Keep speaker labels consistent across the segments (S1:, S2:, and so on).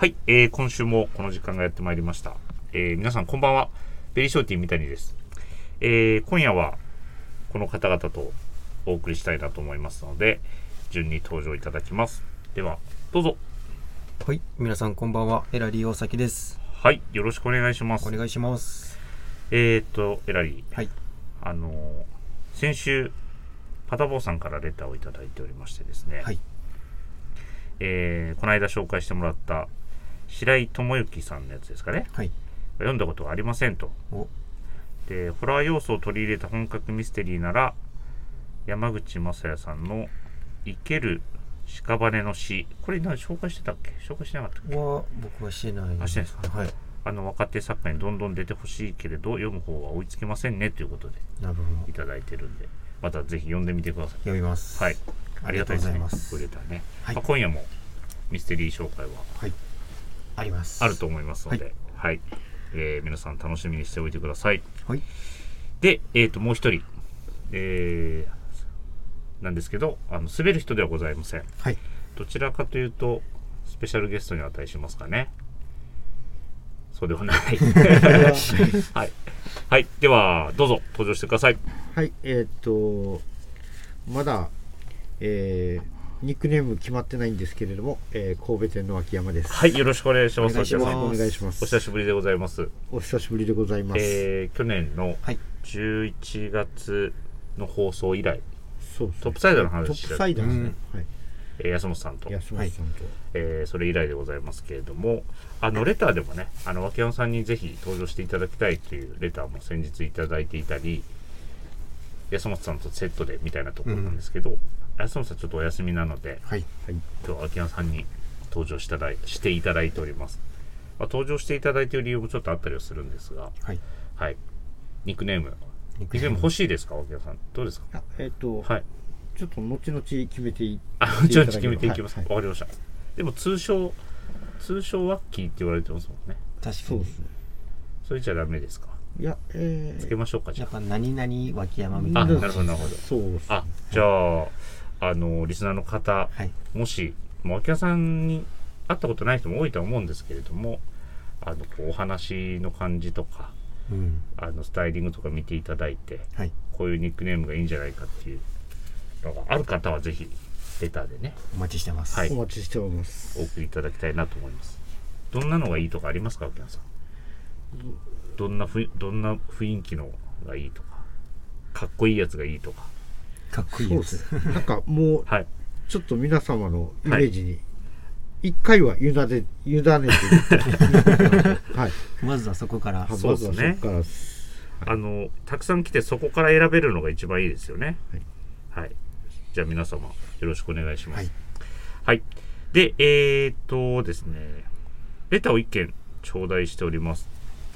S1: はい、えー今週もこの時間がやってまいりました。えー皆さんこんばんは。ベリーショーティー三谷です。えー今夜はこの方々とお送りしたいなと思いますので、順に登場いただきます。では、どうぞ。
S2: はい、皆さんこんばんは。エラリー大崎です。
S1: はい、よろしくお願いします
S2: お。願いします。
S1: えーっと、エラリー、
S2: はい、
S1: あのー先週、パタボーさんからレターをいただいておりましてですね、
S2: はい、
S1: えーこの間紹介してもらった白井智之さんのやつですかね、
S2: はい。
S1: 読んだことはありませんと。
S2: お、
S1: でホラー要素を取り入れた本格ミステリーなら山口雅也さんの「生ける屍の死」これ何紹介してたっけ紹介してなかったっけ
S2: は僕はしてない。
S1: あしてないですか
S2: はい。
S1: あの若手作家にどんどん出てほしいけれど読む方は追いつけませんねということで
S2: なるほど
S1: い。ただいてるんでまたぜひ読んでみてください
S2: 読みます。
S1: はい。
S2: ありがとうございます
S1: ありがたいですねこ
S2: は
S1: れね、
S2: い
S1: まあ今夜もミステリー紹介は
S2: はい。あります。
S1: あると。思いますので、はいえー皆さん楽しみにしておいてください
S2: はい。
S1: で、えー、ともう一人、えーなんですけどあの滑る人ではございません
S2: はい。
S1: どちらかというとスペシャルゲストに値しますかねそうでは ないはい、はい、ではどうぞ登場してください
S3: はい、えーっと、まだ、えーニックネーム決まってないんですけれども、えー神戸店の秋山です。
S1: はいよろしくお願いします
S2: お願いします
S1: 脇田
S3: お
S1: さん
S3: 願いします。
S1: お久しぶりでございます、
S3: お久しぶりでございます。
S1: えー去年の
S2: はい。
S1: 11月の放送以来
S3: そう
S1: ト
S3: そう
S1: ップサイドの
S3: ト
S1: 話
S3: ップサイダーですね。はい。
S1: えー安本さんと
S3: 安本さんと。
S1: えーそれ以来でございますけれども、あのレターでもね、あの脇山さんにぜひ登場していただきたいというレターも先日いただいていたり、安本さんとセットでみたいなところなんですけど、安本さんちょっとお休みなので、
S2: はい。
S3: はい。
S1: 今日は秋山さんに登場しただいしていただいております。まあ、登場していただいている理由もちょっとあったりはするんですが、
S2: はい。
S1: はい、ニックネーム、ニ
S2: ニ
S1: ッ
S2: ッ
S1: ク
S2: ク
S1: ネー
S2: ネーム
S1: ム欲しいですか、脇山さん、どうですか。
S3: あえーっと、
S1: はい、
S3: ちょっと後々決めてい
S1: あ、ちょっと決めていきます。わ、
S3: はいは
S1: か
S3: い
S1: りました。でも通称、通称ワッキーって言われてますもんね。
S2: 確か
S3: そう
S2: に
S3: で。すね。
S1: それじゃダメですか。
S3: いや、え
S1: つけ
S3: ー、
S1: ましょうか、じ
S2: や
S1: ゃ
S2: っぱ何々脇山み
S1: あ。
S2: た
S1: あ、
S2: い
S1: な
S2: な。
S1: るほど、なるほど。
S3: そうですね
S1: あ、じゃあ、あの、リスナーの方、
S2: はい。
S1: もし、もう、秋田さんに会ったことない人も多いとは思うんですけれども、あの、こうお話の感じとか、
S2: うん。
S1: あの、スタイリングとか見ていただいて、
S2: はい。
S1: こういうニックネームがいいんじゃないかっていうのがある方は、ぜひ、レターでね、
S2: お待ちしてます。
S1: はい
S3: お待ちしております。
S1: お送りいただきたいなと思います。どんなのがいいとかありますか、秋田さん。どんなふい、どんな雰囲気のがいいとか、かっこいいやつがいいとか。
S2: かっこいい
S3: そう
S2: や
S3: で
S2: つ。
S3: すね。なんかもう、
S1: はい。
S3: ちょっと皆様のイメージに、一回は委ね、委ねて、 はい。
S2: まずはそこから。
S1: そうですね
S3: まずはそこから
S1: あのたくさん来てそこから選べるのが一番いいですよね。はい。じゃあ皆様よろしくお願いします。は
S2: はいい。
S1: で、えー、っとですね、レターを一件頂戴しております。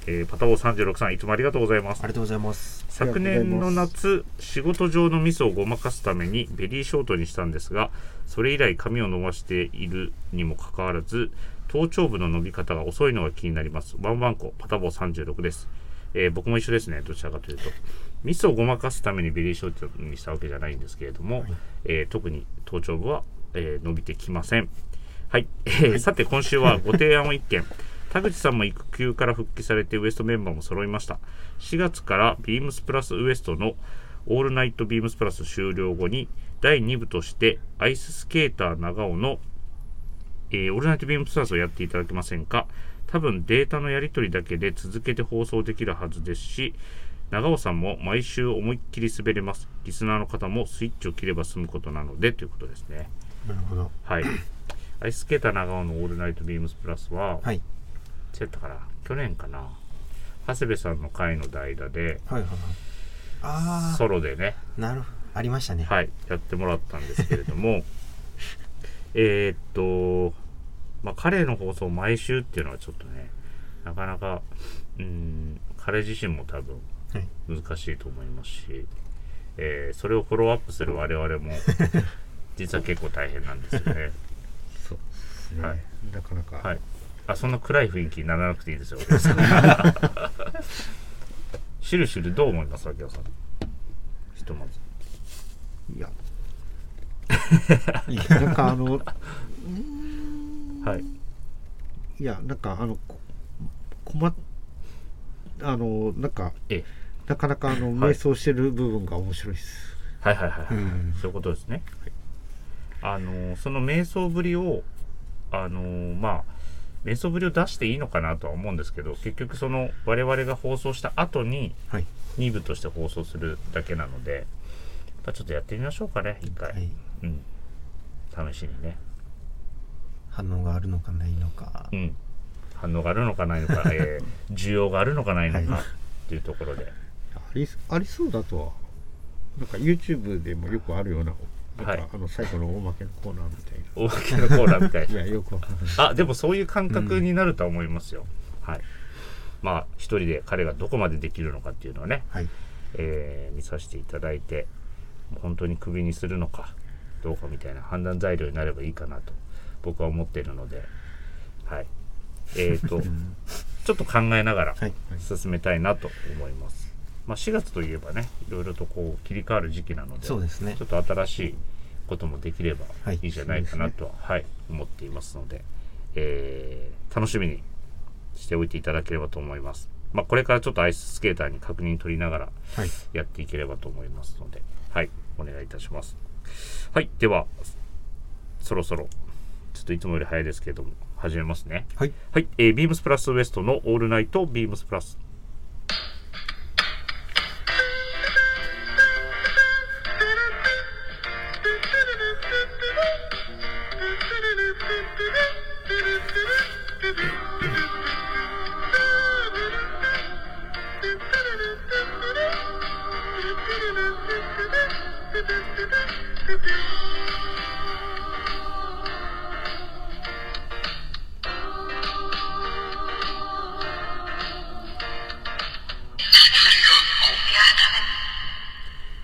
S1: えーパタボ三十六さんいつもありがとうございます
S2: あり。がとうございます。
S1: 昨年の夏仕事上のミスをごまかすためにベリーショートにしたんですがそれ以来髪を伸ばしているにもかかわらず頭頂部の伸び方が遅いのが気になりますワンワンコパタボー36です、えー僕も一緒ですねどちらかというとミスをごまかすためにベリーショートにしたわけじゃないんですけれども、えー特に頭頂部は、えー伸びてきませんはい、えーさて今週 はご提案を1件田口さんも育休から復帰されてウエストメンバーも揃いました4月からビームスプラスウエストのオールナイトビームスプラス終了後に第2部としてアイススケーター長尾の、えーオールナイトビームスプラスをやっていただけませんか多分データのやり取りだけで続けて放送できるはずですし長尾さんも毎週思いっきり滑れますリスナーの方もスイッチを切れば済むことなのでということですね
S2: なるほど。
S1: はい。 アイススケーター長尾のオールナイトビームスプラスは、
S2: はい。
S1: いつやったかな去年かな長谷部さんの会の代打で、
S2: はいはいはい。あ
S1: ソロでね、
S2: あ、なるほど。ありましたね。
S1: はい、やってもらったんですけれど も、えーっと、まあ、彼の放送毎週っていうのはちょっとね、なかなか、うん、彼自身も多分
S2: はい。
S1: 難しいと思いますし、えーそれをフォローアップする我々 も、実は結構大変なんですよね。
S3: そうですね。
S1: はい
S3: なかなか。
S1: はい。あ、そんな暗い雰囲気にならなくていいです よ。お客さんシュルシュルどう思います、秋山さん。ひとまず。
S3: いや。なんかあの、
S1: はい。
S3: いやなんかあのこ困っあのなんか
S1: ええ
S3: なかなかあの
S1: はい
S3: 迷走してる部分が面白いです、
S1: はいはいはい、はい
S2: うん
S1: そういうことですね。あのその瞑想ぶりをあのまあ瞑想ぶりを出していいのかなとは思うんですけど結局その我々が放送した後に
S2: はい。
S1: 2部として放送するだけなのでやっぱちょっとやってみましょうかね一回、
S2: はい。
S1: うん、試しにね、
S2: 反応があるのかないのか
S1: う。ん、反応があるのかないの か、えー需要があるのかないのか
S2: は
S1: っていうところで。
S3: ありありそうだとはなんか YouTube でもよくあるようななんか、
S1: はい
S3: あの最後のおまけのコーナーみたい
S1: 大きなコーナーみたい
S3: ないやよくわかんない
S1: あでもそういう感覚になるとは思いますよ、はいまあ一人で彼がどこまでできるのかっていうのをね、
S2: はい。
S1: えー見させていただいて本当にクビにするのかどうかみたいな判断材料になればいいかなと僕は思っているのではいえ ー、とちょっと考えながら
S2: はい。
S1: 進めたいなと思います、まあ、4月といえばねいろいろとこう切り替わる時期なので
S2: そうですね
S1: ちょ。っと新しいこともできれば
S2: はい
S1: いいじゃないかなとは、はい思っていますので、えー楽しみにしておいていただければと思います。まあ、これからちょっとアイススケーターに確認取りながら
S2: はい。
S1: やっていければと思いますので、はい、お願いいたします。はい、では、そろそろ、ちょっといつもより早いですけれども、始めますね。
S2: はい。
S1: はい、えー、ビームスプラスウエストのオールナイトビームスプラス。
S4: Thank you.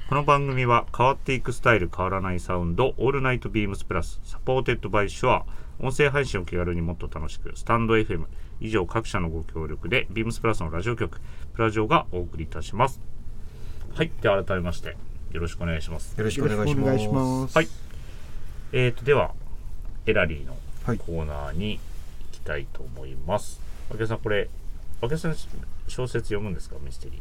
S1: この番組は変わっていくスタイル変わらないサウンドオールナイトビームスプラスサポーテッドバイシュア音声配信を気軽にもっと楽しくスタンド FM 以上各社のご協力でビームスプラスのラジオ局プラジオがお送りいたしますはいでは改めましてよろしくお願いします
S2: よろしく
S3: よ
S2: お
S3: ろ
S2: 願
S3: し
S2: いし
S3: くお
S2: ま
S3: 願い
S2: す。
S3: します
S1: はいえーとではエラリーの
S2: はい
S1: コーナーに行きたいと思います明けさんこれ明けさん小説読むんですかミステリー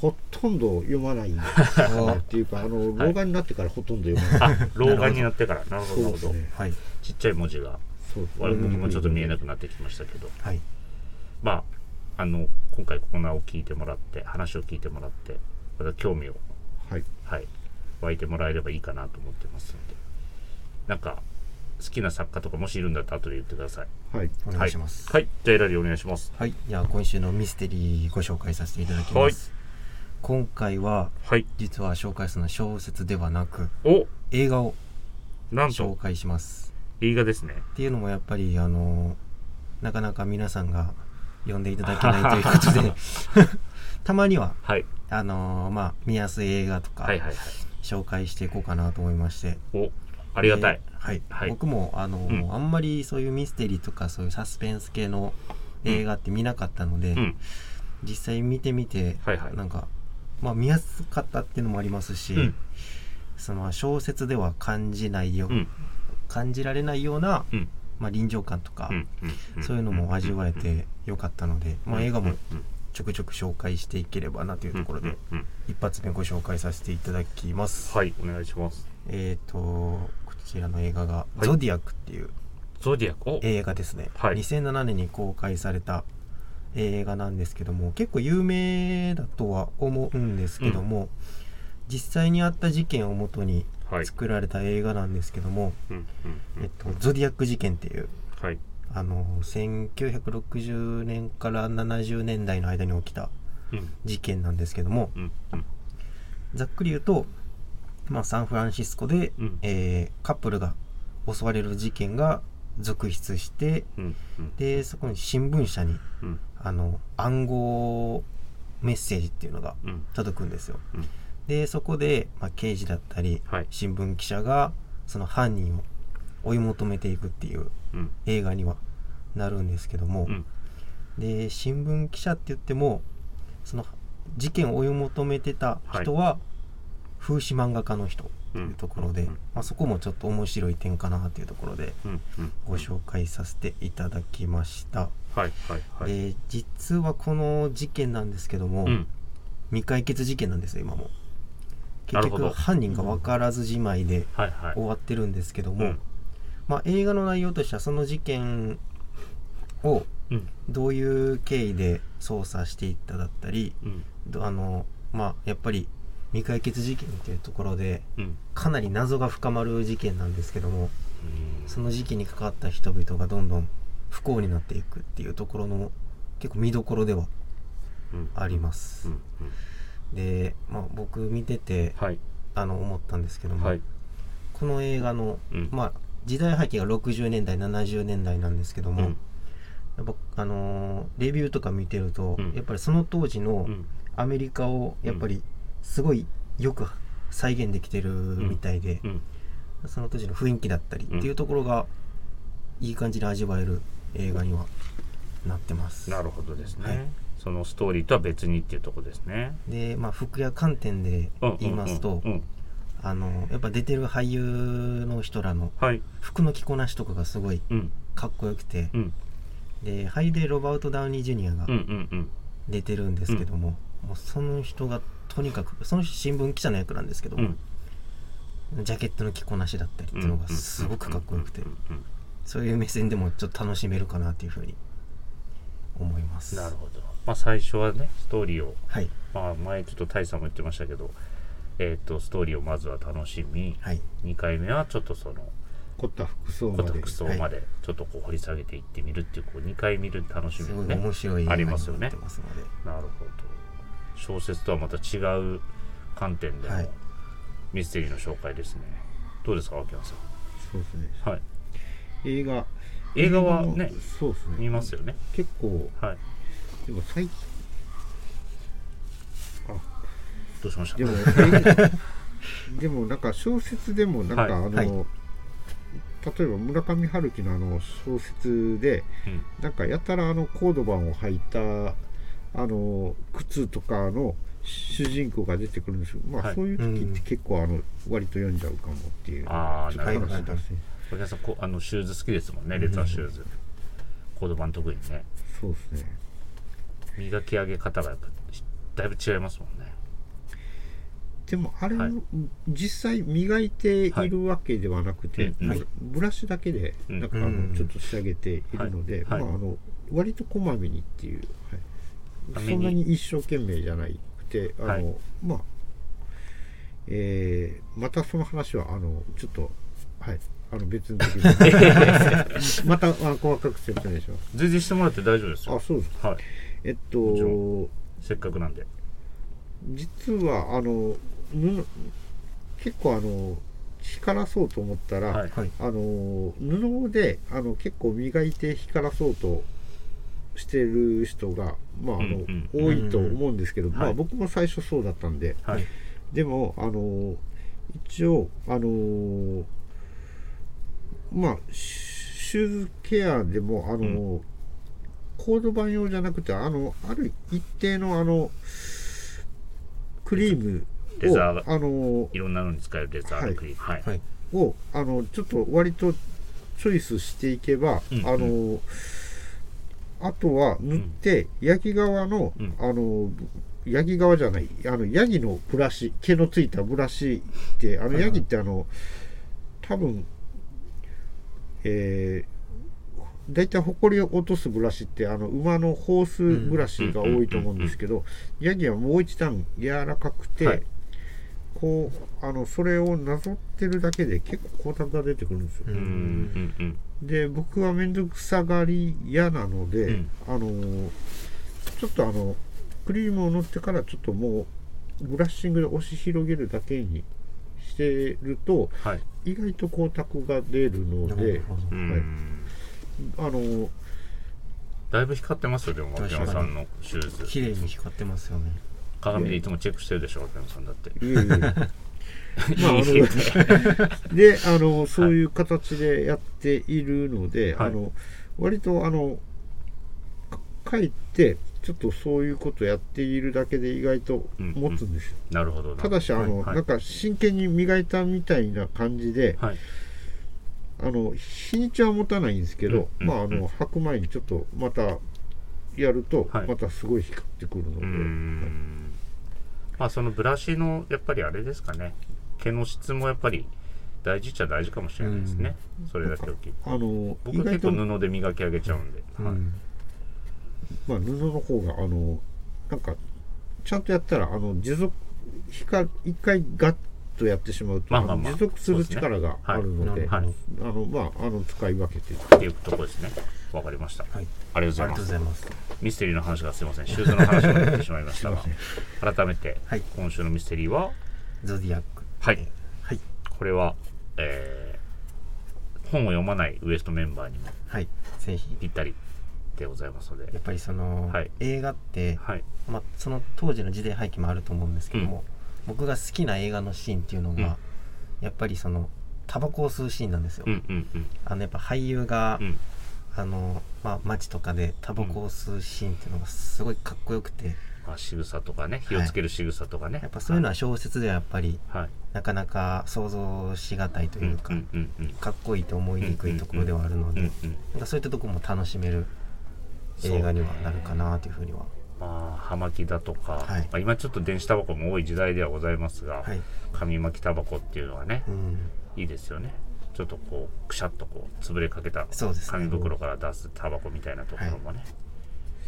S3: ほとんど読まないんですよねっていうかあの
S1: はい
S3: 老眼になってからほとんど読ま ない、
S1: あ老眼になってからなるほどなるほど、
S2: はい。
S1: ちっちゃい文字が
S3: そう
S1: 我々僕もちょっと見えなくなってきましたけど、
S2: はい。
S1: まあ、あの、今回コーナーを聞いてもらって、話を聞いてもらって、また興味を、
S3: はい
S1: はい、湧いてもらえればいいかなと思ってますので、なんか、好きな作家とかもしいるんだったら後で言ってください。
S3: はい
S2: お願いします。
S1: はい。はい、じゃあ、エラリーお願いします。
S2: はい。じゃあ今週のミステリーご紹介させていただき
S1: は
S2: ま
S1: い
S2: す。今回は
S1: はい。
S2: 実は紹介するのは小説ではなく
S1: お
S2: 映画を
S1: なん
S2: 紹
S1: と、
S2: 介します。
S1: 映画ですね。
S2: っていうのもやっぱりあのなかなか皆さんが読んでいただけないということ でたまには
S1: はい。
S2: あのまあ見やすい映画とか
S1: はいはいはい。
S2: 紹介していこうかなと思いまして、
S1: おありがたい。
S2: えーはい、
S1: はい
S2: 僕もあの、
S1: うん
S2: あんまりそういうミステリーとかそういうサスペンス系の映画って見なかったので、
S1: うん。
S2: 実際見てみて、
S1: はいはい
S2: なんかまあ見やすかったっていうのもありますし、
S1: うん
S2: その小説では感じないよ、
S1: うん。
S2: 感じられないような、
S1: うん。
S2: まあ、臨場感とか、
S1: うん。ん
S2: そういうのも味わえ、てよかったので、
S1: うん
S2: まあ、映画も、
S1: うん
S2: ちょくちょく紹介していければなというところで、
S1: うんうんうん
S2: 一発目ご紹介させていただきます、
S1: はい、お願いします。
S2: えっ、とこちらの映画が「
S1: はい
S2: ゾディアック」っていう
S1: ゾディアック。お
S2: 映画ですね、
S1: はい
S2: 2007年に公開された映画なんですけども結構有名だとは思うんですけども、実際にあった事件をもとに
S1: はい。
S2: 作られた映画なんですけども、
S1: うんうんうん
S2: えっと、ゾディアック事件っていう
S1: はい。
S2: あの1960年から70年代の間に起きた
S1: うん
S2: 事件なんですけども
S1: うんうん
S2: ざっくり言うと、まあ、サンフランシスコで、
S1: うん
S2: えーカップルが襲われる事件が続出して
S1: うんうん
S2: でそこに新聞社に
S1: うん
S2: あの暗号メッセージっていうのが
S1: うん
S2: 届くんですよ。
S1: うん
S2: でそこで、まあ、刑事だったり
S1: はい
S2: 新聞記者がその犯人を追い求めていくっていう
S1: うん
S2: 映画にはなるんですけども、
S1: うん
S2: で新聞記者って言ってもその事件を追い求めてた人は、風刺漫画家の人と
S1: うん
S2: いうところで、
S1: うん
S2: まあ、そこもちょっと面白い点かなというところで
S1: うんうん
S2: ご紹介させていただきました、
S1: はいはいはい、
S2: で実はこの事件なんですけども、
S1: うん
S2: 未解決事件なんですよ今も
S1: な
S2: 結
S1: るほど
S2: 局犯人が分からずじまいで
S1: はいはい
S2: 終わってるんですけども、
S1: うん
S2: まあ、映画の内容としてはその事件を
S1: うん
S2: どういう経緯で捜査していっただったり
S1: うん
S2: どあのまあやっぱり未解決事件っていうところで
S1: うん
S2: かなり謎が深まる事件なんですけどもその事件に関わった人々がどんどん不幸になっていくっていうところの結構見どころでは
S1: うん
S2: あります
S1: うん、うん
S2: で、まあ、僕見てて
S1: はい
S2: あの思ったんですけども、
S1: はい
S2: この映画の、
S1: うん
S2: まあ、時代背景が60年代70年代なんですけど
S1: う
S2: も、
S1: ん
S2: やっぱあのーレビューとか見てると、
S1: うん
S2: やっぱりその当時の
S1: うん
S2: アメリカをやっぱりすごいよく再現できてるみたいで、
S1: うん
S2: その当時の雰囲気だったり
S1: うん
S2: っていうところがいい感じに味わえる映画にはなってます。
S1: なるほどですね、
S2: はい
S1: そのストーリーとは別にっていうところですね
S2: で、まあ、服や観点で
S1: うんうんうん
S2: 言いますと、
S1: うん
S2: あのやっぱ出てる俳優の人らの
S1: はい
S2: 服の着こなしとかがすごい
S1: うん
S2: かっこよくて、
S1: うん
S2: で俳優でロバート・ダウニー・ジュニアが
S1: うんうんうん
S2: 出てるんですけども,、もうその人がとにかくその人新聞記者の役なんですけど
S1: う
S2: も
S1: ん、
S2: ジャケットの着こなしだったりっていうのがすごくかっこよくて
S1: うんうん
S2: そういう目線でもちょっと楽しめるかなっていうふうに思います
S1: なるほどまあ最初はねストーリーを
S2: はい
S1: まあ前ちょっとタイさんも言ってましたけどえっ、とストーリーをまずは楽しみ、
S2: はい
S1: 二2回目はちょっとその
S3: 凝った服装ま
S1: コ
S3: で
S1: ト服装までちょっとこう掘り下げていってみるっていうこう2回見る楽し
S2: すご
S1: み
S2: い
S1: がね
S2: 面白い映
S1: あ
S2: 画
S1: り
S2: にな
S1: ま
S2: っ
S1: す
S2: て
S1: よね
S2: ますので
S1: なるほど小説とはまた違う観点での
S2: はい
S1: ミステリーの紹介ですね、どうですか秋山さ
S3: そうですね
S1: んはい
S3: 映画
S1: 映画はね
S3: 映画もそうですね
S1: 見ますよね
S3: 結構
S1: はい
S3: でも最近
S1: どうしました
S3: でもでもなんか小説でもなんか、
S1: は
S3: あの、
S2: はい
S3: 例えば村上春樹のあの小説で
S1: うん
S3: なんかやたらあのコードバンを履いたあの靴とかの主人公が出てくるんですけど、まあ
S1: はい
S3: そういう時っ
S2: う
S3: て
S2: ん
S3: 結構あの割と読んじゃうかもっていう
S1: ああなる
S3: 話
S2: い
S1: ほ
S2: は
S1: ど
S2: い
S3: なんですね。
S1: 秋山さんこうあのシューズ好きですもんねレザーシューズ、コード版得意にね
S3: そうですね。
S1: 磨き上げ方がやっぱだいぶ違いますもんね
S3: でもあれを、
S1: はい
S3: 実際磨いているわけではなくて、
S1: うんうん
S3: ブブラシだけで
S1: うん
S3: なんかあの、
S2: うん
S3: ちょっと仕上げているので、
S1: はいはい
S3: まあ、あの割とこまめにっていう、
S1: ま
S3: は
S1: め
S3: い、
S1: に
S3: そんなに一生懸命じゃなくてあの、
S1: はい
S3: まあえーまたその話はあのちょっとはいあの別の時 にまたあの細かく説明します。
S1: 全然してもらって大丈夫です
S3: あ
S1: よ
S3: そうですか
S1: はい
S3: えっ
S1: ちろ
S3: と
S1: せっかくなんで
S3: 実はあの布結構あの光らそうと思ったら、
S1: はい
S2: はい
S3: あの布であの結構磨いて光らそうとしてる人が、まああの
S1: うん
S2: ん
S3: 多いと思うんですけど、ま
S1: はい
S3: あ、僕も最初そうだったんで、
S1: はい
S3: でもあの一応あのまあシューズケアでもあの、
S1: う
S3: コード版用じゃなくてあのある一定のあのクリーム
S1: レ
S3: を
S1: ザー
S3: あ
S1: が
S3: の
S1: いろんなのに使えるレザーのクリームはい、
S2: はい
S3: をあのちょっと割とチョイスしていけば、
S1: うん
S3: あのあとは塗ってヤギ側の、
S1: うん
S3: あのヤギ側じゃないあのヤギのブラシ毛のついたブラシってあのヤギってあの多分えー大体ホコリを落とすブラシってあの馬のホースブラシが多いと思うんですけどヤギはもう一段柔らかくて、
S1: はい
S3: こうあのそれをなぞってるだけで結構光沢が出てくるんですよ、
S2: う
S1: うんうんうん
S3: で僕は面倒くさがり嫌なので、
S1: うん
S3: あのちょっとあのクリームを塗ってからちょっともうブラッシングで押し広げるだけにしてると
S1: はい
S3: 意外と光沢が出るの
S2: なる
S3: で
S2: ほど
S1: うん、
S3: はいあの
S1: だいぶ光ってますよでも
S2: 確
S1: 秋
S2: かに
S1: 山さんのシューズ
S2: 綺麗に光ってますよね
S1: 鏡でいつもチェックしてるでしょ秋山さんだって
S3: いえいえまああのであのそういう形でやっているので、
S1: はい
S3: あの割とあのかかえってちょっとそういうことやっているだけで意外と持つんですよ、
S1: なるほどな
S3: ただしあの、
S1: はい
S3: なんか真剣に磨いたみたいな感じで、
S1: はい
S3: あの日にちは持たないんですけど、
S1: うん
S3: まああ
S1: うん
S3: の履く前にちょっとまたやると、
S1: はい
S3: またすごい光ってくるの
S1: うー
S3: で、
S1: んまあそのブラシのやっぱりあれですかね毛の質もやっぱり大事っちゃ大事かもしれないですねそれだけ大きい
S3: あの
S1: 僕
S3: 意
S1: は
S3: 外
S1: 結
S3: と、
S1: 構
S3: ま
S1: 布で磨き上げちゃうんで、
S2: う
S1: はい
S2: ん
S3: あ、布の方があのなんかちゃんとやったらあの持続光一回ガッとやってしまうと、
S1: まあまあまあ
S3: の持続する力があるので
S2: は
S1: は
S2: い
S1: い
S3: あのまああの使い分けて
S1: っていうところですねわかりました、
S2: はい
S1: ありが
S2: あ
S1: とう
S2: りが
S1: ご
S2: とう
S1: ざ
S2: ござ
S1: い
S2: い
S1: ます
S2: ます
S1: ミステリーの話がすいませんシューズの話が出てしまいました が改めて
S2: はい
S1: 今週のミステリーは
S2: ゾディアック
S1: はい
S2: はい
S1: これは、えー本を読まないウエストメンバーにも
S2: はいぜひ
S1: ぴったりでございますの
S2: や
S1: で
S2: っぱりその、
S1: はい
S2: 映画って、
S1: はい
S2: まあ、その当時の時代背景もあると思うんですけども、僕が好きな映画のシーンっていうのが、
S1: うん
S2: やっぱりそのタバコを吸うシーンなんですよ、
S1: うんうんうん
S2: あのやっぱ俳優が、
S1: うん
S2: あの、まあ、街とかでタバコを吸うシーンっていうのがすごいかっこよくて、
S1: まあ、仕草とかね火をつける仕草とかね、
S2: やっぱそういうのは小説ではやっぱり
S1: はい、はい
S2: なかなか想像しがたいというか、
S1: うんうんうん
S2: かっこいいと思いにくいところではあるの
S1: うん
S2: で、
S1: うんうん
S2: なんかそういったところも楽しめる映画にはなるかなというふうには、
S1: まあ、葉巻だとか、
S2: はい
S1: まあ、今ちょっと電子タバコも多い時代ではございますが、
S2: はい
S1: 紙巻きタバコっていうのはね
S2: うん、
S1: いいですよねちょっとこうくしゃっとこう潰れかけた
S2: そうですね
S1: 紙袋から出すタバコみたいなところもね、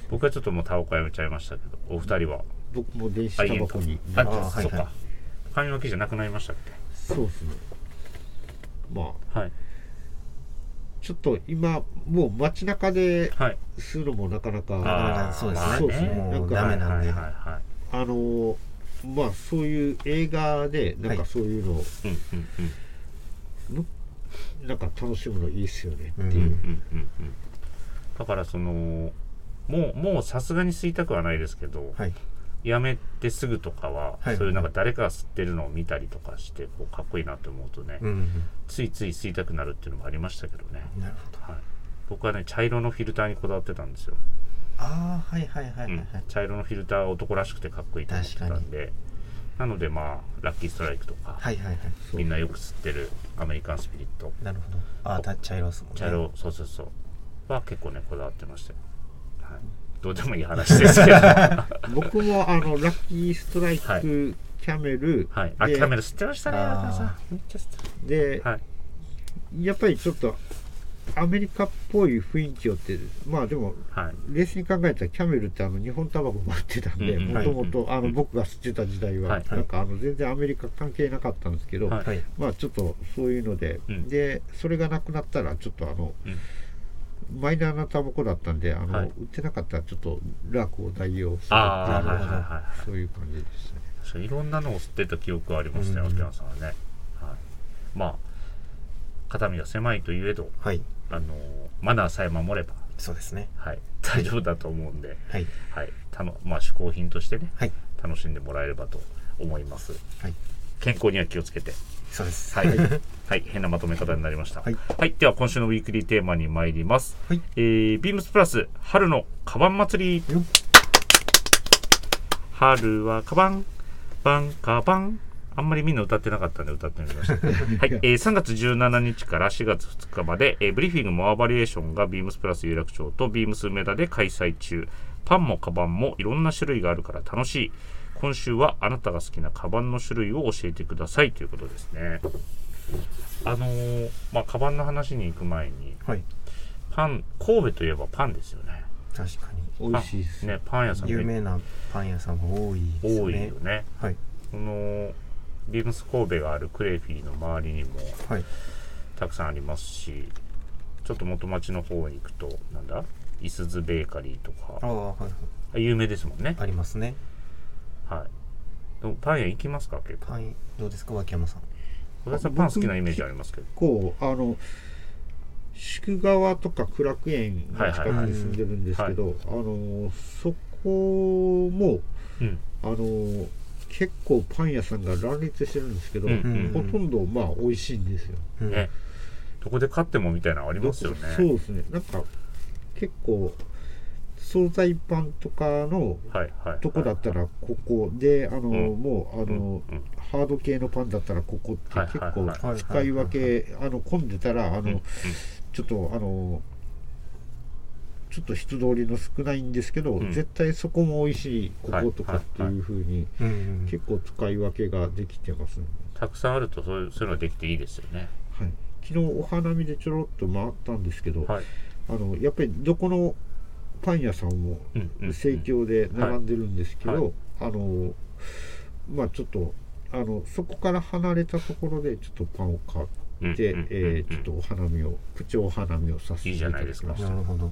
S1: 僕はちょっともうタバコやめちゃいましたけどお二人は
S3: 僕も電子
S1: あ
S3: タ
S1: いい
S3: バ
S1: の
S3: コ
S1: か
S3: に
S1: あ
S2: あーはい
S1: そうか、
S2: はい
S1: 紙巻きじゃなくなりましたっけ
S3: そうですねまあ
S1: はい
S3: ちょっと今もう街中で
S1: はい
S3: するのもなかなか
S2: な
S3: あ
S2: かなかそうですね,、
S1: まあ
S3: そうですね
S2: もう
S3: な
S2: ダ
S3: ん
S2: メ
S3: か
S2: なんで、
S1: はいはいはいはい
S3: のーまあそういう映画でなん
S2: は
S3: か
S2: い
S3: そういうのを、
S1: うんうんうん
S3: なんか楽しむのいいっすよね
S2: うん
S3: って
S1: う
S3: いう、
S1: んうんうんだからそのもうもうさすがに吸いたくはないですけど、
S2: はい
S1: やめてすぐとかは、
S2: はい
S1: そういうなんか誰かが吸ってるのを見たりとかしてこうかっこいいなと思うとね、
S2: うん
S1: ついつい吸いたくなるっていうのもありましたけどね、
S2: なるほど
S1: はい、僕はね茶色のフィルターにこだわってたんですよ、
S2: ああはいはいはいはい、
S1: う
S2: はい
S1: ん、茶色のフィルターは男らしくてかっこいいと思ってたんでなのでまあラッキーストライクとか、
S2: はいはいはい
S1: みんなよく吸ってるアメリカンスピリット
S2: なるほどああ茶色っすもんね
S1: 茶色、そうそうそうは結構ねこだわってましたよ、はい、どうでもいい話です けどは
S3: 僕もあのラッキーストライク、
S1: はい
S3: キャメル、
S1: いあ
S3: で
S1: キャメル吸ってましたね
S2: あー
S1: 中田さんめっちゃ吸って
S3: で、
S1: たはい
S3: やっぱりちょっとアメリカっぽい雰囲気をってまあでも
S1: はい
S3: 冷静に考えたらキャメルってあの日本タバコも売ってたんで
S1: うん
S2: う
S3: も
S2: ん
S3: ともとあ
S1: う
S3: の
S1: ん
S3: 僕が吸ってた時代は、
S1: はい
S3: なんかあの全然アメリカ関係なかったんですけど、
S1: はい
S2: はい
S3: まあちょっとそういうので、
S1: うん
S3: でそれがなくなったらちょっとあの、マイナーなタバコだったんであの、
S1: はい
S3: 売ってなかったらちょっとラークを代用するっていう
S1: ああー
S2: な
S1: はいはい
S2: るほど
S1: はいはい
S3: そういう感じでしたね。
S1: 確かにいろんなのを吸ってた記憶はありましたよ、
S2: うん
S1: 沖縄さんはね、はい、まあ肩身が狭いといえど
S2: はい
S1: あのーマナーさえ守れば、
S2: そうですね
S1: はい、 大丈夫だと思うんで、
S2: はい
S1: はいたのまあ、嗜好品としてね
S2: はい
S1: 楽しんでもらえればと思います
S2: はい
S1: 健康には気をつけて
S2: そうです
S1: はい、はい、変なまとめ方になりました、は
S2: はいい
S1: では今週のウィークリーテーマに参ります、
S2: はい
S1: えー、ビームスプラス春のカバン祭り
S2: よっ
S1: 春はカバン、バンカバン。あんまりみんな歌ってなかったんで歌ってみま した。はい、えー3月17日から4月2日まで、えーブリーフィングモアバリエーションがビームスプラス有楽町とビームス梅田で開催中。パンもカバンもいろんな種類があるから楽しい。今週はあなたが好きなカバンの種類を教えてくださいということですね。あのーまあ、カバンの話に行く前に、
S2: はい
S1: パン、神戸といえばパンですよね。
S2: 確かに
S3: 美味しいですね。
S1: ね、パン屋さん
S2: 有
S1: めっ
S2: 名なパン屋さんが多いですね
S1: 多いよね。
S2: はい
S1: このビームス神戸があるクレフィーの周りにも
S2: はい
S1: たくさんありますしちょっと元町の方に行くとなんだいすゞベーカリーと
S2: あ
S1: か
S2: あはいはい
S1: 有名ですもんね
S2: ありますね
S1: はいでもパン屋行きますか結構
S2: パンどうですか脇山さん
S1: 小田さんパン好きなイメージありますけど
S3: こうあの宿川とか苦楽園の近くに住んでるんですけど、あのそこも
S1: うん
S3: あの結構パン屋さんが乱立してるんですけど、
S1: うん
S2: うん
S3: ほとんどまあ美味しいんですよ。
S2: うん
S1: ねどこで買ってもみたいなのありますよね
S3: そうですね。なんか結構惣菜パンとかの
S1: はいはい
S3: とこだったらここであの、
S1: うん
S3: もうあ
S1: う
S3: の
S1: ん、うん
S3: ハード系のパンだったらここって
S1: はい
S3: 結
S1: はい
S3: 構
S1: はい
S2: はい
S3: 使い分けあの混んでたらあの、
S1: うんうん
S3: ちょっとあのちょっと人通りの少ないんですけど、
S1: うん
S3: 絶対そこも美味しいこ
S1: はい
S3: ことかっていうふうに
S2: うんうん
S3: 結構使い分けができてますね、
S1: たくさんあるとそういうそういうのができていいですよね
S3: はい、昨日お花見でちょろっと回ったんですけど、
S1: はい、
S3: あのやっぱりどこのパン屋さんも
S1: うんうんうん
S3: 盛況で並んでるんですけど、
S1: はいはい
S3: あのまあちょっとあのそこから離れたところでちょっとパンを買って、
S1: うんうんうんうん
S3: えーちょっとお花見をプチお花見をさせていただきました
S1: いいじ
S2: なるほど。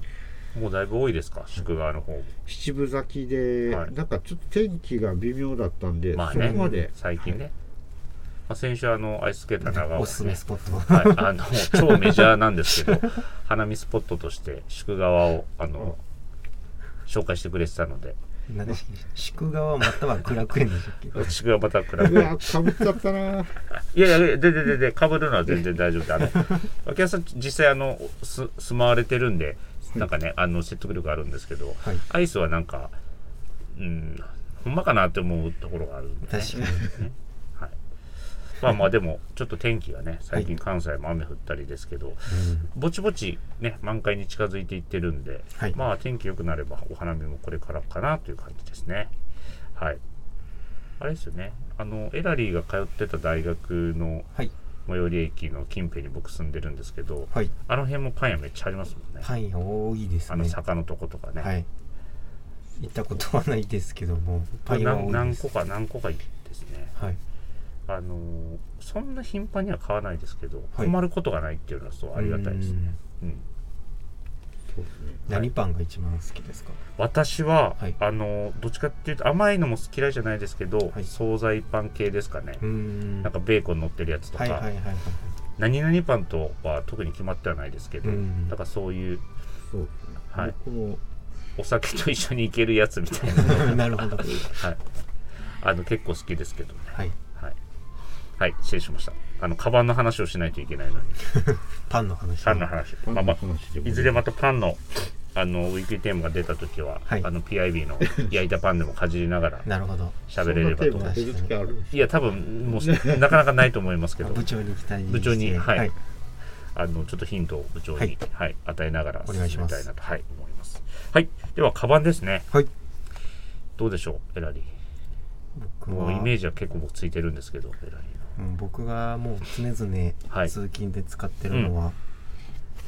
S1: もうだいぶ多いですか宿側の方も
S3: 七分咲きで、
S1: はい
S3: なんかちょっと天気が微妙だったんで、
S1: まあ
S3: そ
S1: ね
S3: こまで
S1: 最近ね、まあ、先週あのアイススケーター長尾
S2: おすすめスポット。
S1: はい、あの超メジャーなんですけど 花見スポットとして宿側をあの紹介してくれてたので
S2: 何でしたっけ宿川または苦楽園でしたっけ
S1: 宿側また比べ
S3: うわかぶっちゃったな
S1: いやいやででででかぶるのは全然大丈夫であ の秋山さん実際あのす住まわれてるんでなんかねあの説得力あるんですけど、
S2: はい
S1: アイスはなんかうんほんまかなって思うところがあるんで、ね、
S2: 確かに。
S1: ねはい、まあまあでもちょっと天気がね最近関西も雨降ったりですけど、
S2: うん
S1: ぼちぼちね満開に近づいていってるんで、
S2: はい
S1: まあ天気良くなればお花見もこれからかなという感じですねはいあれですよねあのエラリーが通ってた大学の
S2: はい。
S1: 最寄り駅の近辺に僕住んでるんですけど
S2: はい。
S1: あの辺もパン屋めっちゃありますもんね
S2: パン屋多いです
S1: あの
S2: ね。
S1: 坂のとことかね、
S2: はい。行ったことはないですけども、パン屋
S1: 何
S2: は多いで
S1: 何
S2: す
S1: 個。か何個かですね
S2: はい。
S1: あのーそんな頻繁には買わないですけど、
S2: はい
S1: 困ることがないっていうのはすごいありがたいですね、うん
S3: そうですね
S2: うん。何パンが一番好きですか。
S1: 私は、
S2: はい
S1: あのどっちかっていうと甘いのも嫌いじゃないですけど、
S2: はい
S1: 惣菜パン系ですかね、
S2: うん。
S1: なんかベーコン乗ってるやつとか、
S2: はいはいはいはい。
S1: 何々パンとは特に決まってはないですけど、
S2: うん
S1: だからそういう
S3: そうですね、
S1: はい
S3: 僕も
S1: お酒と一緒に行けるやつみたい な、
S2: なるほど。
S1: はい、あの結構好きですけどね
S2: はい。
S1: はい、はい、失礼しましたあのカバンの話をしないといけないのに
S2: パンの話。
S1: パンの話、
S3: パン
S1: まあ
S3: の
S1: まあ
S3: 話でも
S1: いずれまたパンのあのウィークリーテーマが出た時は、
S2: はい
S1: あの PIB の焼いたパンでもかじりながら
S2: なるほど。
S1: 喋れればと
S3: そ
S1: 思い
S3: ん
S1: ます
S3: なテーマ出る時あるんです
S1: いや、多分もうなかなかないと思いますけ
S2: あ
S1: ど、
S2: 部長に期待して。
S1: 部長に、はい、
S2: はい。
S1: あのちょっとヒントを部長に、
S2: は
S1: はい
S2: い
S1: 与えながら
S2: お願いし
S1: 進
S2: ま
S1: め
S2: す
S1: たいなと、はい、思います。はい、では、カバンですね。
S2: はい。
S1: どうでしょう、エラリー。
S2: 僕
S1: もう
S2: は
S1: イメージは結構僕ついてるんですけど、エラリーの。
S2: うん僕がもう常
S1: は
S2: 々
S1: い
S2: 通勤で使ってるのは、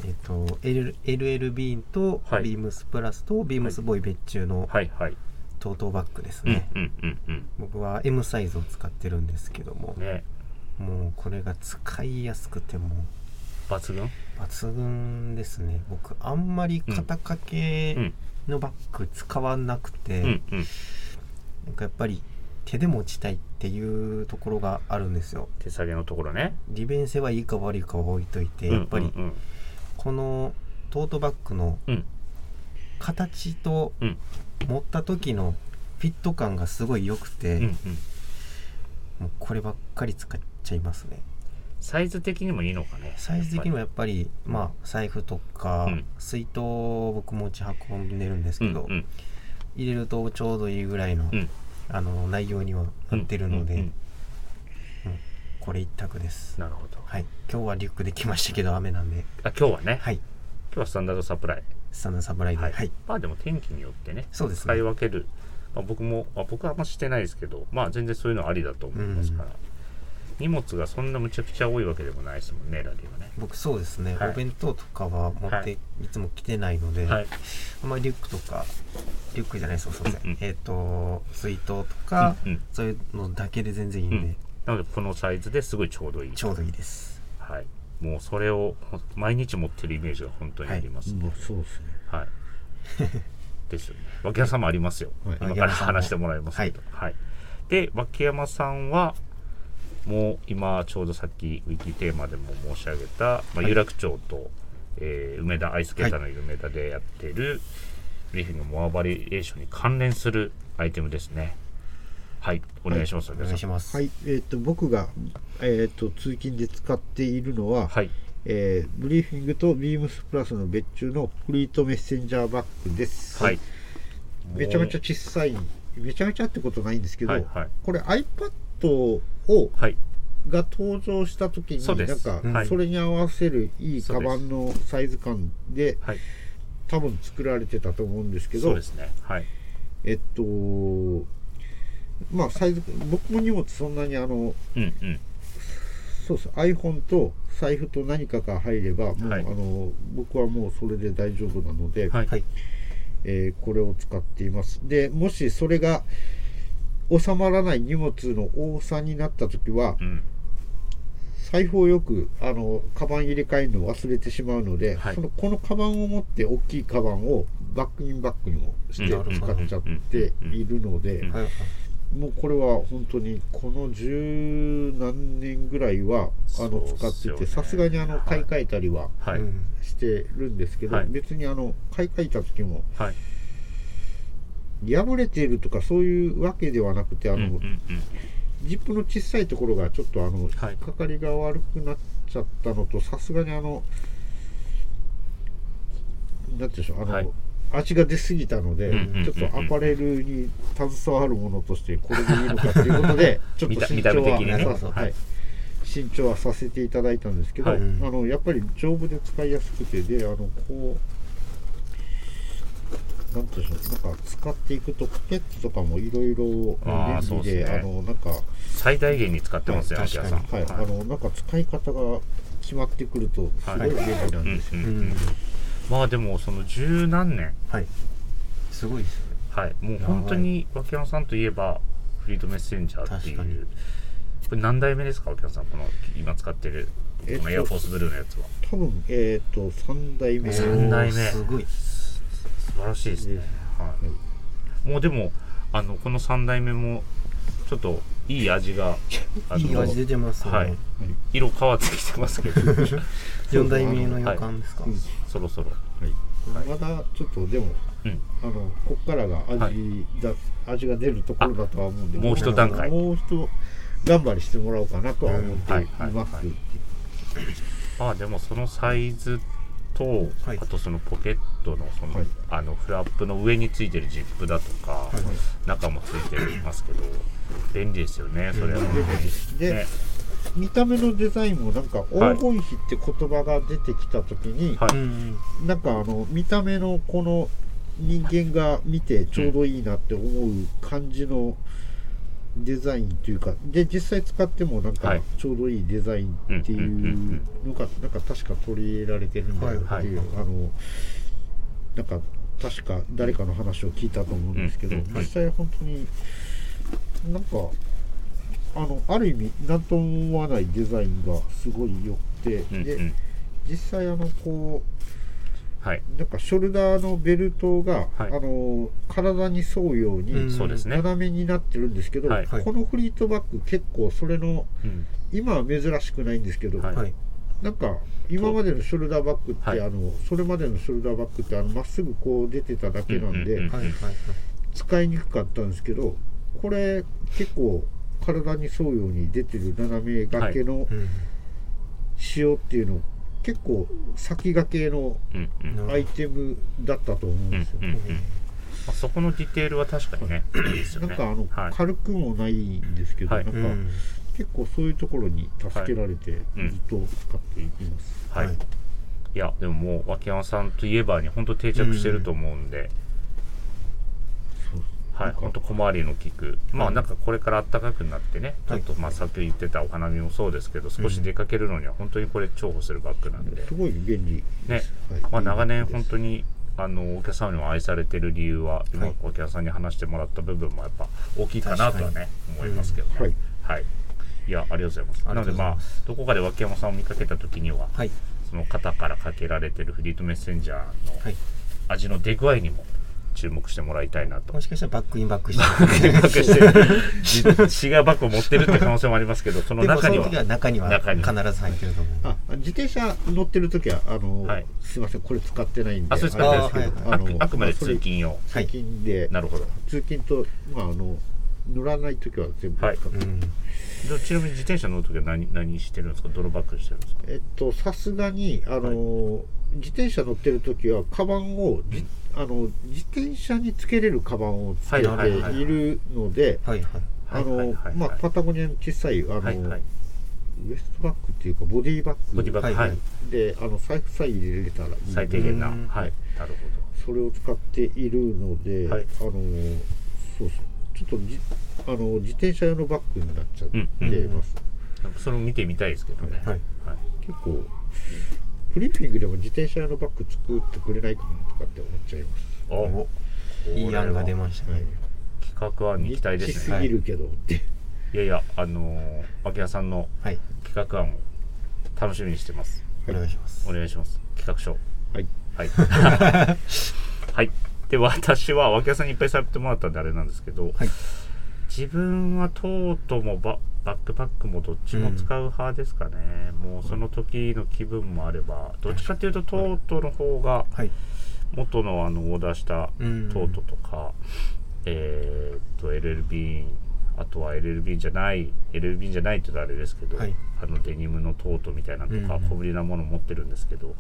S2: えっ、と L LLB と
S1: はい
S2: ビームスプラスとビームスボーイ別注の
S1: はいはい。
S2: トートバッグです
S1: うん
S2: ね、
S1: うんうん
S2: 僕は M サイズを使ってるんですけども
S1: うん。ね、
S2: もうこれが使いやすくても
S1: 抜群
S2: う抜群ですね僕あんまり肩掛け
S1: うん
S2: のバッグ使わなくて、
S1: うんうん。
S2: なんかやっぱり手で持ちたいっていうところがあるんですよ
S1: 手下げのところね。
S2: 利便性はいいか悪いかは置いといて、やっぱり
S1: うんうん
S2: このトートバッグの
S1: うん。
S2: 形と
S1: うん
S2: 持った時のフィット感がすごい良く
S1: う
S2: て、
S1: んうんうん。
S2: もうこればっかり使っちゃいますね
S1: サイズ的にもいいのかね。
S2: サイズ的にもやっぱりまあ財布とか、
S1: うん
S2: 水筒を僕持ち運んでるんです
S1: う
S2: け
S1: んう
S2: ど、
S1: ん
S2: 入れるとちょうどいいぐらいの、
S1: うん
S2: あの内容には
S1: う。
S2: なんってるので、
S1: うんうん
S2: これ一択です
S1: なるほど。
S2: はい今日はリュックできましたけど雨なんで
S1: あ、今日はね、
S2: はい
S1: 今日はスタンダードサプライ。
S2: スタンダードサプライでは、
S1: はいいまあでも天気によってね、
S2: そうです
S1: 使い
S2: ね
S1: 分ける、まあ、僕も、まあ、僕はあんましてないですけど、まあ全然そういうのありだと思いますから、
S2: うん
S1: 荷物がそんなむちゃくちゃ多いわけでもないですもんね、ラリーはね。
S2: 僕そうですね、
S1: はい
S2: お弁当とかは持って、
S1: はい
S2: い、つも来てないので、
S1: はい、
S2: あんまりリュックとかリュックじゃないそうそうそう、
S1: うんうん
S2: えっ、と水筒とか、
S1: うんうん
S2: そういうのだけで全然いいんで、
S1: うんなのでこのサイズですごいちょうどいい。
S2: ちょうどいいです
S1: はい。もうそれをほん毎日持ってるイメージが本当にあります
S3: ま
S1: ね
S3: あ。そうですね
S1: はい。ですよね。脇山さんもありますよ。
S3: はい
S1: 今
S2: 脇
S1: から
S2: 山さんも
S1: 話してもらいますけど。はい。で、脇山さんは、もう今ちょうどさっきウィキテーマでも申し上げた、まあ、有楽町と、えー梅田アイスケーターのいる梅田でやってるブリーフィングモアバリエーションに関連するアイテムですね。はい、お願いします。
S2: お
S1: 脇山
S2: 願いし
S1: さん
S2: ます
S3: はいえー、と僕が、えー、と通勤で使っているのは、
S1: はい。
S3: えーブリーフィングとビームスプラスの別注のフリートメッセンジャーバッグです。
S1: はい。
S3: めちゃめちゃ小さいめちゃめちゃってことないんですけど、
S1: はいはい
S3: これ iPad を
S1: はい
S3: が登場した時
S1: そう
S3: に
S1: で
S3: なん
S1: す
S3: か
S1: はい
S3: それに合わせるいい
S1: そう
S3: カ
S1: です
S3: バンのサイズ感で
S1: はい
S3: 多分作られてたと思うんですけ
S1: そう
S3: ど
S1: ですねはい
S3: えっとまあサイズ僕も荷物そんなにあの
S1: うんうん
S3: そうです iPhone と財布と何かが入ればもう、
S1: はい
S3: あの僕はもうそれで大丈夫なので、
S1: はい
S2: はい
S3: えーこれを使っていますでもしそれが収まらない荷物の多さになった時は
S1: うん
S3: 財布をよくあのカバン入れ替えるのを忘れてしまうので、
S1: はい
S3: そのこのカバンを持って大きいカバンをバックインバックにもして
S1: うん
S3: 使っちゃっているので、
S1: うん
S2: はいはい
S3: もうこれは本当にこの十何年ぐらいはあの
S1: そう
S3: 使
S1: っす
S3: っ
S1: よ
S3: てて
S1: ね
S3: さすがにあの
S1: はい
S3: 買い替えたりは
S1: は
S2: う
S1: い
S2: ん
S3: してるんですけど、
S1: はい
S3: 別にあの買い替えた時も
S1: はい
S3: 破れているとかそういうわけではなくてあ
S1: うんう
S3: の、
S1: んうん
S3: ジップの小さいところがちょっとあの、
S1: はい
S3: 引っかかりが悪くなっちゃったのとさすがにあのなんていうんでしょうあの、
S1: はい
S3: 味が出過ぎたので、
S1: うんうんうんうん
S3: ちょっとアパレルに携わるものとしてこれでいいのかということでちょっと慎
S1: 見た
S3: 重
S1: 見た目
S3: は、
S1: 的に
S2: ね
S3: そうそう
S1: はい
S3: はい慎重はさせていただいたんですけど、
S1: はい
S3: あのやっぱり丈夫で使いやすくてであのこうなんていうんでしょうなんか使っていくとポケットとかもいろいろ
S1: あーそう
S3: 便利
S1: っす
S3: で
S1: ね
S3: あのなんか
S1: 最大限に使ってますよ
S2: はい
S1: 秋
S2: 確
S1: 谷
S2: か
S1: さん
S2: に
S3: はい、
S1: はい
S3: あのなんか使い方が決まってくるとすごい便利なん
S1: うん
S3: ですよ、
S1: う
S2: うんん
S1: まあでもその十何年
S2: はいすごいですね
S1: はいもう本当に脇山さんといえばフリードメッセンジャーってい
S2: 確か
S1: う
S2: に
S1: これ何代目ですか脇山さんこの今使ってる
S3: えっと
S1: このエアフォースブルーのやつは
S3: 多分えっ、と三代目
S1: 三代目
S2: おーすごい
S1: 素晴らしいですね、は
S3: はい
S1: い、もうでもあのこの3代目もちょっといい味があの
S2: いい味出てますよね、
S1: はい色変わってきてますけど
S2: 四代目の予感ですか、
S3: はい
S1: そろそろ
S3: はいまだちょっとでも
S1: うん
S3: あのこっからが味だ、
S1: はい
S3: 味が出るところだとは思うんで
S1: あもう一段階
S3: もう一頑張りしてもらおうかなとは思ってい
S1: うんはい
S3: ます、
S1: はいはまあでもそのサイズと、
S2: はい
S1: あとそのポケットのその,、
S3: はい
S1: あのフラップの上についてるジップだとか、中もついてますけど便利ですよねそれは、
S3: 便利ですで、
S1: ね
S3: 見た目のデザインもなんか黄金比って言葉が出てきた時に、
S1: はい
S2: うん
S3: なんかあの見た目のこの人間が見てちょうどいいなって思う感じのデザインというかで実際使ってもな
S1: は
S3: んか
S1: い
S3: ちょうどいいデザインっていうのがなんか確か取り入れられてるんだよっていう、
S1: はい
S3: あのなんか確か誰かの話を聞いたと思うんですけど、
S1: うんうんうん
S3: 実際本当になんかあのある意味何とも思わないデザインがすごい良くて、
S1: うんう
S3: で
S1: ん
S3: 実際あのこう
S1: はい、
S3: なんかショルダーのベルトが、
S1: はい
S3: あの体に沿うよう
S2: うん
S3: に
S1: そうですね、
S3: 斜めになってるんですけど、
S1: はい
S2: はい
S3: このフリートバッグ結構それの
S1: うん
S3: 今は珍しくないんですけど、
S1: はい
S2: はい
S3: なんか今までのショルダーバッグって、
S1: はい
S3: あのそれまでのショルダーバッグってあのまっすぐこう出てただけなんで、
S1: うんうんうん
S2: はいはい
S3: 使いにくかったんですけどこれ結構体に沿うように出てる斜め掛けの
S2: う
S3: 仕様っていうの、結構先掛けの
S1: うんうん
S2: ん
S3: アイテムだったと思うんですよ。
S1: うんうんまあ、そこのディテールは確かにね、いいですよ
S3: な
S1: ね。
S3: んかあの、
S1: はい、
S3: 軽くもないんですけど、
S1: はい
S3: なんか、
S2: うん
S3: 結構そういうところに助けられて、
S1: うん
S3: ずっと使っています。
S1: はい
S2: はい
S1: い、や、でももう、脇山さんといえばに、本当定着してると思うんで、
S3: そう
S1: はい、本当小回りの利く、まあなんかこれから暖かくなってね、ちょ
S2: は
S1: っ
S2: い
S1: とまあ先言ってたお花見もそうですけど、少し出かけるのには本当にこれ重宝するバッグなんで、
S3: すごい便利で
S1: ね
S3: す。、
S1: まあ長年本
S3: に
S1: 当に、あのお客様にも愛されてる理由は今
S2: はい
S1: お客さんに話してもらった部分もやっぱ大きいかなとはね思いますけどね、
S3: うんはい
S1: はい、いやありがとうございます
S2: あ
S1: なの
S2: りがと
S1: で
S2: うござい
S1: まあ
S2: ます
S1: どこかで脇山さんを見かけた時には、
S2: はい
S1: その方からかけられてるフリートメッセンジャーの
S2: はい
S1: 味の出具合にも注目してもらいたいなと
S2: もしかしたらバックインバックして
S1: 計画してじ違うバッグを持ってるって可能性もありますけどその
S2: でも
S1: 中
S2: そ
S1: に
S2: の
S1: は
S2: 時は中には
S1: 中に
S2: 必ず入ってると思う
S3: あ自転車乗ってる時はあの、
S1: はい
S3: すいませんこれ使ってないんで
S1: あそれ使ってないですけど
S3: あ
S1: あ,、
S3: の
S1: くあくまで通勤用
S3: 通勤で、
S1: なるほど
S3: 通勤とまああの乗らない時は全部使って、
S2: うん
S1: でちなみに自転車乗る時は何何してるんですか泥バッグしてるんですか
S3: えっとさすがにあの、自転車乗ってる時はカバンをじあの自転車につけれるカバンをつけて
S1: はいはいはいはい
S3: いるので
S2: はいはい
S3: あ
S1: はい
S3: の
S1: はいはい
S3: まあパタゴニアの小さいあの、
S1: はいはい
S3: ウエストバッグっていうかボディバッグ
S1: ボディバッグ
S2: は
S1: はいい、
S3: であの財布さえ入れれたらいいな
S1: 最低限な
S2: うん
S1: はいなる
S3: それを使っているので、
S1: はい
S3: あのそうそうちょっとじあの自転車用のバッグになっちゃってます、
S1: ほどそれも見てみたいですけどね
S2: はい
S1: はい
S3: 結構フリッピングでも自転車用のバッグ作ってくれないかなとかって思っちゃいます、
S1: お
S2: おいい案が出ましたね、
S1: 企画案に期待で
S3: し
S1: す
S3: す
S1: ね、
S3: ぎるけどって、
S1: いやいやあのー、牧野さんの
S2: はい、
S1: 企画案を楽しみにしてます
S2: お願いします
S1: お願いします企画書
S3: はい
S1: はい はいで私は脇屋さんにいっぱいされてもらったんであれなんですけど、
S2: はい
S1: 自分はトートもババックパックもどっちも使う派ですかね、もうその時の気分もあればどっちかっていうとトートの方が
S2: はい
S1: 元のあのオーダーした
S2: うん
S1: トートとか、えーっと LLB あとは LLB じゃない LLB じゃないって言うとあれですけど、
S2: はい
S1: あのデニムのトートみたいなのとか
S2: うんうん
S1: 小ぶりなもの持ってるんですけど、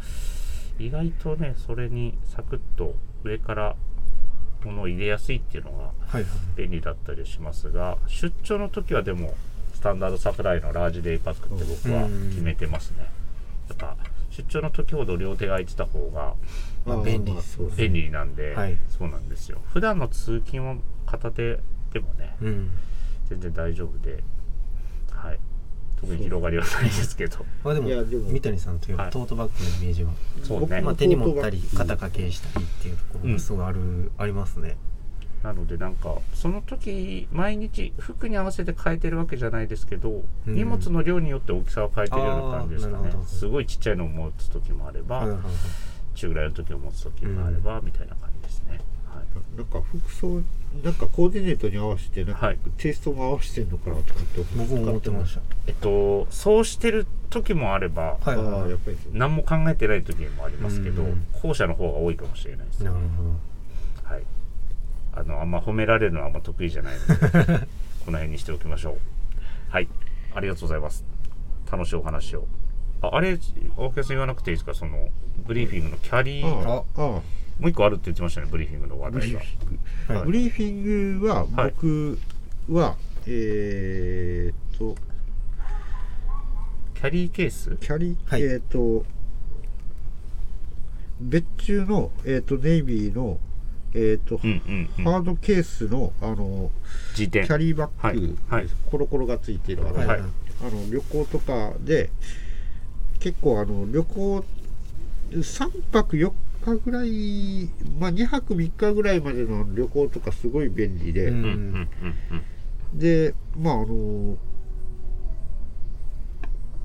S1: 意外とねそれにサクッと上から物を入れやすいっていうのが
S2: はいはい
S1: 便利だったりしますが出張の時はでもスタンダードサプライのラージデイパックって僕は決めてますね。やっぱ出張の時ほど両手が空いてた方が
S2: まあ
S3: ー
S2: 便利です
S3: そう
S1: 便利なんで、
S2: はい
S1: そうなんですよ普段の通勤は片手でもね
S2: うん
S1: 全然大丈夫で、はい、特に広がりはないですけど
S2: まあでも
S3: いやでも
S2: 三谷さんといえば
S1: はい
S2: トートバッグのイメージは、
S1: そうね
S2: まあ、
S3: 僕
S2: 手に持ったり
S3: トートバッ
S2: 肩
S3: グ
S2: 掛けしたりっていうところがすごいある、ありますね
S1: なのでなんかその時毎日服に合わせて変えてるわけじゃないですけど、
S2: うん
S1: 荷物の量によって大きさを変えてるような感じですか
S2: あーな
S1: ね
S2: るほど
S1: すごいちっちゃいのを持つ時もあれば、
S2: はいはいはい
S1: 中ぐらいの時を持つ時もあれば、みたいな感じですね。はい
S3: なんか服装なんかコーディネートに合わせてなんか
S1: はい
S3: テイストも合わせてんのかなとかって
S2: 僕も思ってました
S1: えっと、そうしてる時もあれば、
S2: はいはい
S3: あ
S2: は
S3: あ
S2: い
S3: やっぱりそう
S1: 何も考えてない時もありますけど、
S2: うん
S1: 後者の方が多いかもしれないですね
S2: なるほど
S1: はい。あの、あんま褒められるのはあんま得意じゃないので、この辺にしておきましょう。はい。ありがとうございます。楽しいお話を。ああれ、大木さん言わなくていいですかその、ブリーフィングのキャリー、も
S3: あああ
S1: う一個あるって言ってましたね、ブリーフィングの話
S3: ブリ
S1: 題が
S3: ーフ。ィング、
S2: はい
S3: ブリーフィングは
S1: はい
S3: 僕は、えーっと
S1: キャリーケース
S3: キャリー、
S2: はい
S3: えーっと別注の、えーっとネイビーの、えーっと
S1: うんうんうん。
S3: ハードケースのあの
S1: 辞
S3: キ
S1: 典。
S3: ャリーバッグ、
S1: はいはい
S3: コロコロがついているあの,、
S1: はい
S3: あの旅行とかで結構あの旅行3泊4日ぐらい、まあ、2泊3日ぐらいまでの旅行とかすごい便利で。
S2: う
S1: うんうんんうん
S3: でまああの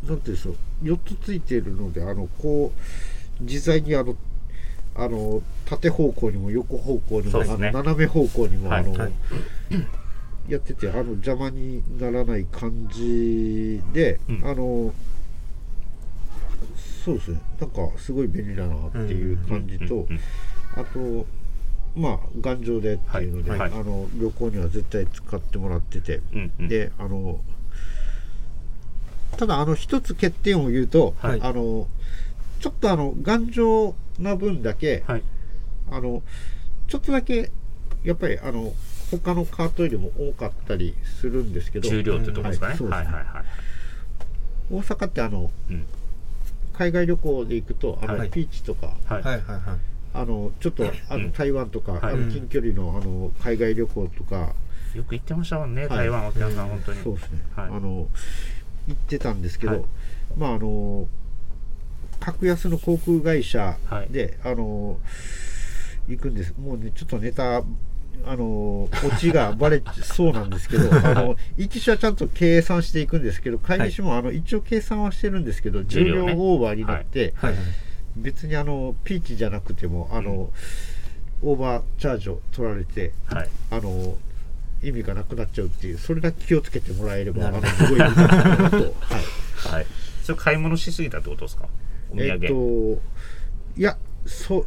S3: なんていうんでしょう4つついているのであのこう自在にあのあの縦方向にも横方向に
S1: そ
S3: も、
S1: うで
S3: あ
S1: す
S3: の
S1: ね
S3: 斜め方向にも、
S1: はい
S3: あの
S2: はい
S3: やっててあの邪魔にならない感じで、
S1: うん
S3: あのそうですねなんかすごい便利だなっていう
S1: うん。
S3: 感じと、
S1: うんうん
S3: あとまあ頑丈でっていうので、
S1: はいはい
S3: あの旅行には絶対使ってもらってて。
S1: うんうん
S3: であのただあの一つ欠点を言うと、
S1: はい
S3: あのちょっとあの頑丈な分だけ、
S1: はい。
S3: あのちょっとだけやっぱりあの他のカートよりも多かったりするんですけど
S1: 重量ってとこですかね。
S3: うん
S1: は
S3: はいい
S1: はいはい。
S3: 大阪ってあの
S1: うん
S3: 海外旅行で行くとあの、
S1: はい
S3: ピーチとか
S1: はい。
S2: はいはいはい
S3: あのちょっとあ
S1: うん
S3: の台湾とか、
S1: はい
S3: あの近距離のあの海外旅行とか、
S1: よく行ってましたもんね、
S3: はい
S1: 台湾、沖縄さん、本当に。
S3: そうですね、
S1: はい
S3: あの行ってたんですけど、
S1: はい
S3: まああの格安の航空会社で、あの行くんですもうねちょっとネタあのオチがバレそうなんですけ どあの一社はちゃんと計算していくんですけど会議士もあの一応計算はしてるんですけど重
S1: 重量
S3: 量
S1: ね
S3: オーバーになって、
S2: はいはい
S3: 別にあのピーチじゃなくてもあの、オーバーチャージを取られて
S1: はい。
S3: あの意味がなくなっちゃうっていうそれだけ気をつけてもらえれ
S2: な
S3: ばあ
S2: るほ
S3: の
S2: ど
S3: すごいいいなと、はい、
S1: はい。それ買い物しすぎたってことですかお土
S3: えっ、
S1: 産。
S3: といやそそ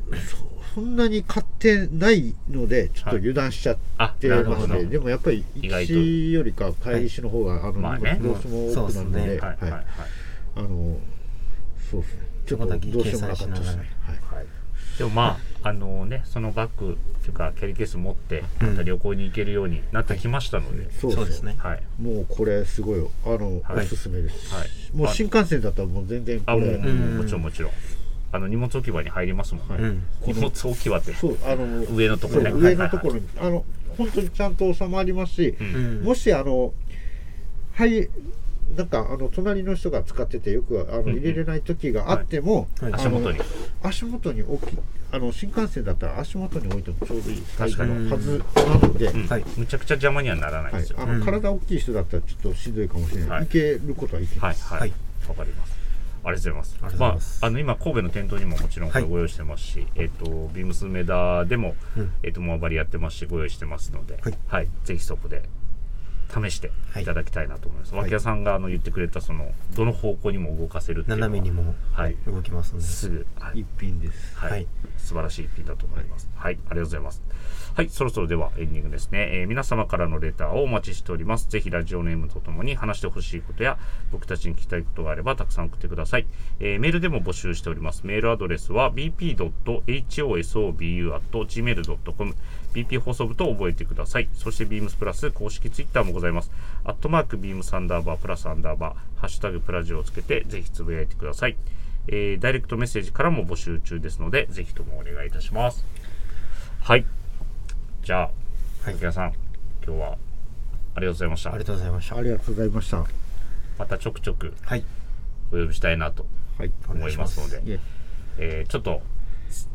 S3: そんなに買ってないのでちょっと油断しちゃっ
S1: あ、
S3: て
S1: なる
S3: ま
S1: ほ
S3: す
S1: ど。
S3: ね、
S1: はい
S3: でもやっぱり
S1: 意外と
S3: 1よりか帰りしの方が、あの、
S1: まあね
S3: 荷物も多くなるの
S2: そうっす
S3: で、
S2: ね
S1: はいはい。
S3: あのそうですねちょっと
S2: だけ
S3: どうし
S2: 計
S3: ようも
S2: 算
S3: なか
S2: し
S3: った
S2: な
S3: で
S2: が
S3: す
S2: ら
S3: ね。はい
S1: でもまあ、あのね、そのバッグっていうか、キャリーケース持って、また旅行に行けるようになってきましたので、
S3: そう
S2: そ
S3: そう
S2: うですね
S1: はい。
S3: もうこれすごいあの、
S1: はい
S3: おすすめです、
S1: はい
S3: もう新幹線だったらもう全然こ
S1: あ、もう、
S3: れ、
S1: もう
S2: うん
S1: もちろんもちろん。あの、荷物置き場に入りますもんね。
S3: はい
S2: うん
S1: 荷物置き場って。
S3: そうあの
S1: 上のところね
S3: そう
S1: は
S3: 上
S1: いはいはい
S3: のところに、あの本当にちゃんと収まりますし、
S1: うん
S2: うん
S3: もしあのはいなんかあの隣の人が使っててよくあの
S1: んうん
S3: 入れれない時があっても、
S2: はい
S1: 足元に
S3: あの足元に置きあの新幹線だったら足元に置いてもちょうどいいサイズ
S1: 確か
S2: に
S3: のはずなので、
S1: うん
S2: はい
S1: むちゃくちゃ邪魔にはならない
S3: は
S1: で
S3: い
S1: すよ。
S3: あ
S1: ね
S3: の体大きい人だったらちょっとしんどいかもしれない、
S1: はい
S3: い、けることはいけます、
S1: はい、はい、わ、
S2: はい
S1: かります。ありがとうござい
S2: あ
S1: ま
S2: りがと
S1: す。
S2: うござい
S1: ま
S2: ます
S1: あ、あの、今、神戸の店頭にももちろんこれ
S2: はい
S1: ご用意してますし、えっ、と、ビームスメダでも、
S2: うん
S1: えっ、と、モアバリやってますし、ご用意してますので、は
S2: はいい、
S1: ぜひそこで試していただきたいなと思います。脇
S2: い
S1: 屋さんがあの言ってくれた、その、どの方向にも動かせるっていうのは
S2: 斜めにも
S1: はい、
S2: 動きますのです
S1: ぐ、はい
S3: 一品です
S1: はい、
S2: はい
S1: 素晴らしい一品だと思います。はい、ありがとうございます。はい、そろそろではエンディングですね。えー皆様からのレターをお待ちしております。ぜひラジオネームとともに話してほしいことや、僕たちに聞きたいことがあればたくさん送ってください。えーメールでも募集しております。メールアドレスは bp.hosobu.gmail.com BP 放送部と覚えてください。そして beams プラス公式ツイッターもございます。アットマーク beams アンダーバープラスアンダーバー、ハッシュタグプラジオをつけてぜひつぶやいてください。えーダイレクトメッセージからも募集中ですので、ぜひともお願いいたします。はい。じゃあ、
S2: はい
S1: 竹谷さん、今日はありがとうございました
S2: あり。がとうございました
S3: ありがとうございました
S1: またちょくちょく
S2: はい
S1: お呼びしたいなと
S3: はい
S2: お
S1: 思
S2: 願い
S1: い
S2: し
S1: ま
S2: ますす
S1: ので、
S3: いえ
S1: えーちょっと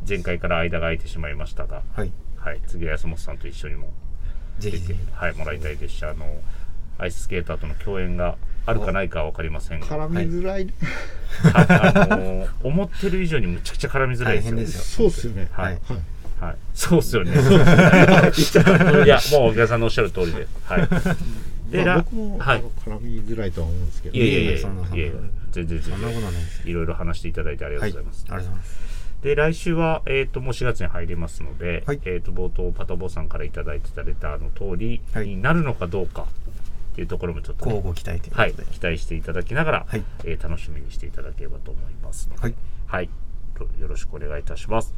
S1: 前回から間が空いてしまいましたが、
S2: はい
S1: はい、次は安本さんと一緒にも
S2: ぜ
S1: 出
S2: ひ
S1: て
S2: ぜひ、
S1: はい、もらいたいですし、あの、アイススケーターとの共演があるかないかは分かりませんが、
S3: 絡みづらい、
S1: はいあのー思ってる以上にむちゃくちゃ絡みづらいですよ
S2: 大変ですよ
S3: そうですね
S1: はい
S3: はい
S1: はい、そうっすよね。 い や、もう、お客さんのおっしゃる通りです。はい。で、
S3: まあ
S1: ら
S3: 僕も、
S1: は
S3: あ
S1: い
S3: の。絡みづらいとは思うんですけど、
S1: いやいやいや、い
S2: そんなそんな
S1: やいや全然
S2: そ
S1: 全
S2: んなこと
S1: 然。
S2: ないです
S1: いろいろ話していただいてありが
S2: は
S1: と
S2: い
S1: ござ
S2: う
S1: います。
S2: ありがとうございます
S1: で、来週は、えっ、と、もう4月に入りますので、
S2: はい
S1: えっ、と、冒頭、パタボーさんからいただいてたレターの通り
S2: はい
S1: になるのかどうかっていうところもちょっとね、
S2: 交互期待という
S1: はい、
S2: ことで
S1: 期待していただきながら、
S2: はい
S1: えー楽しみにしていただければと思いますので、
S2: はい
S1: はいとよろしくお願いいたします。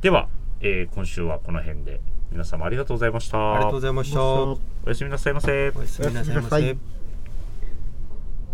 S1: では、えー今週はこの辺で皆様ありがとうございました。
S2: ありがとうございました
S3: まあ
S2: お
S1: おやすみなさいませ。
S2: やすみなさいま
S3: おやすみなさ
S2: せ
S3: い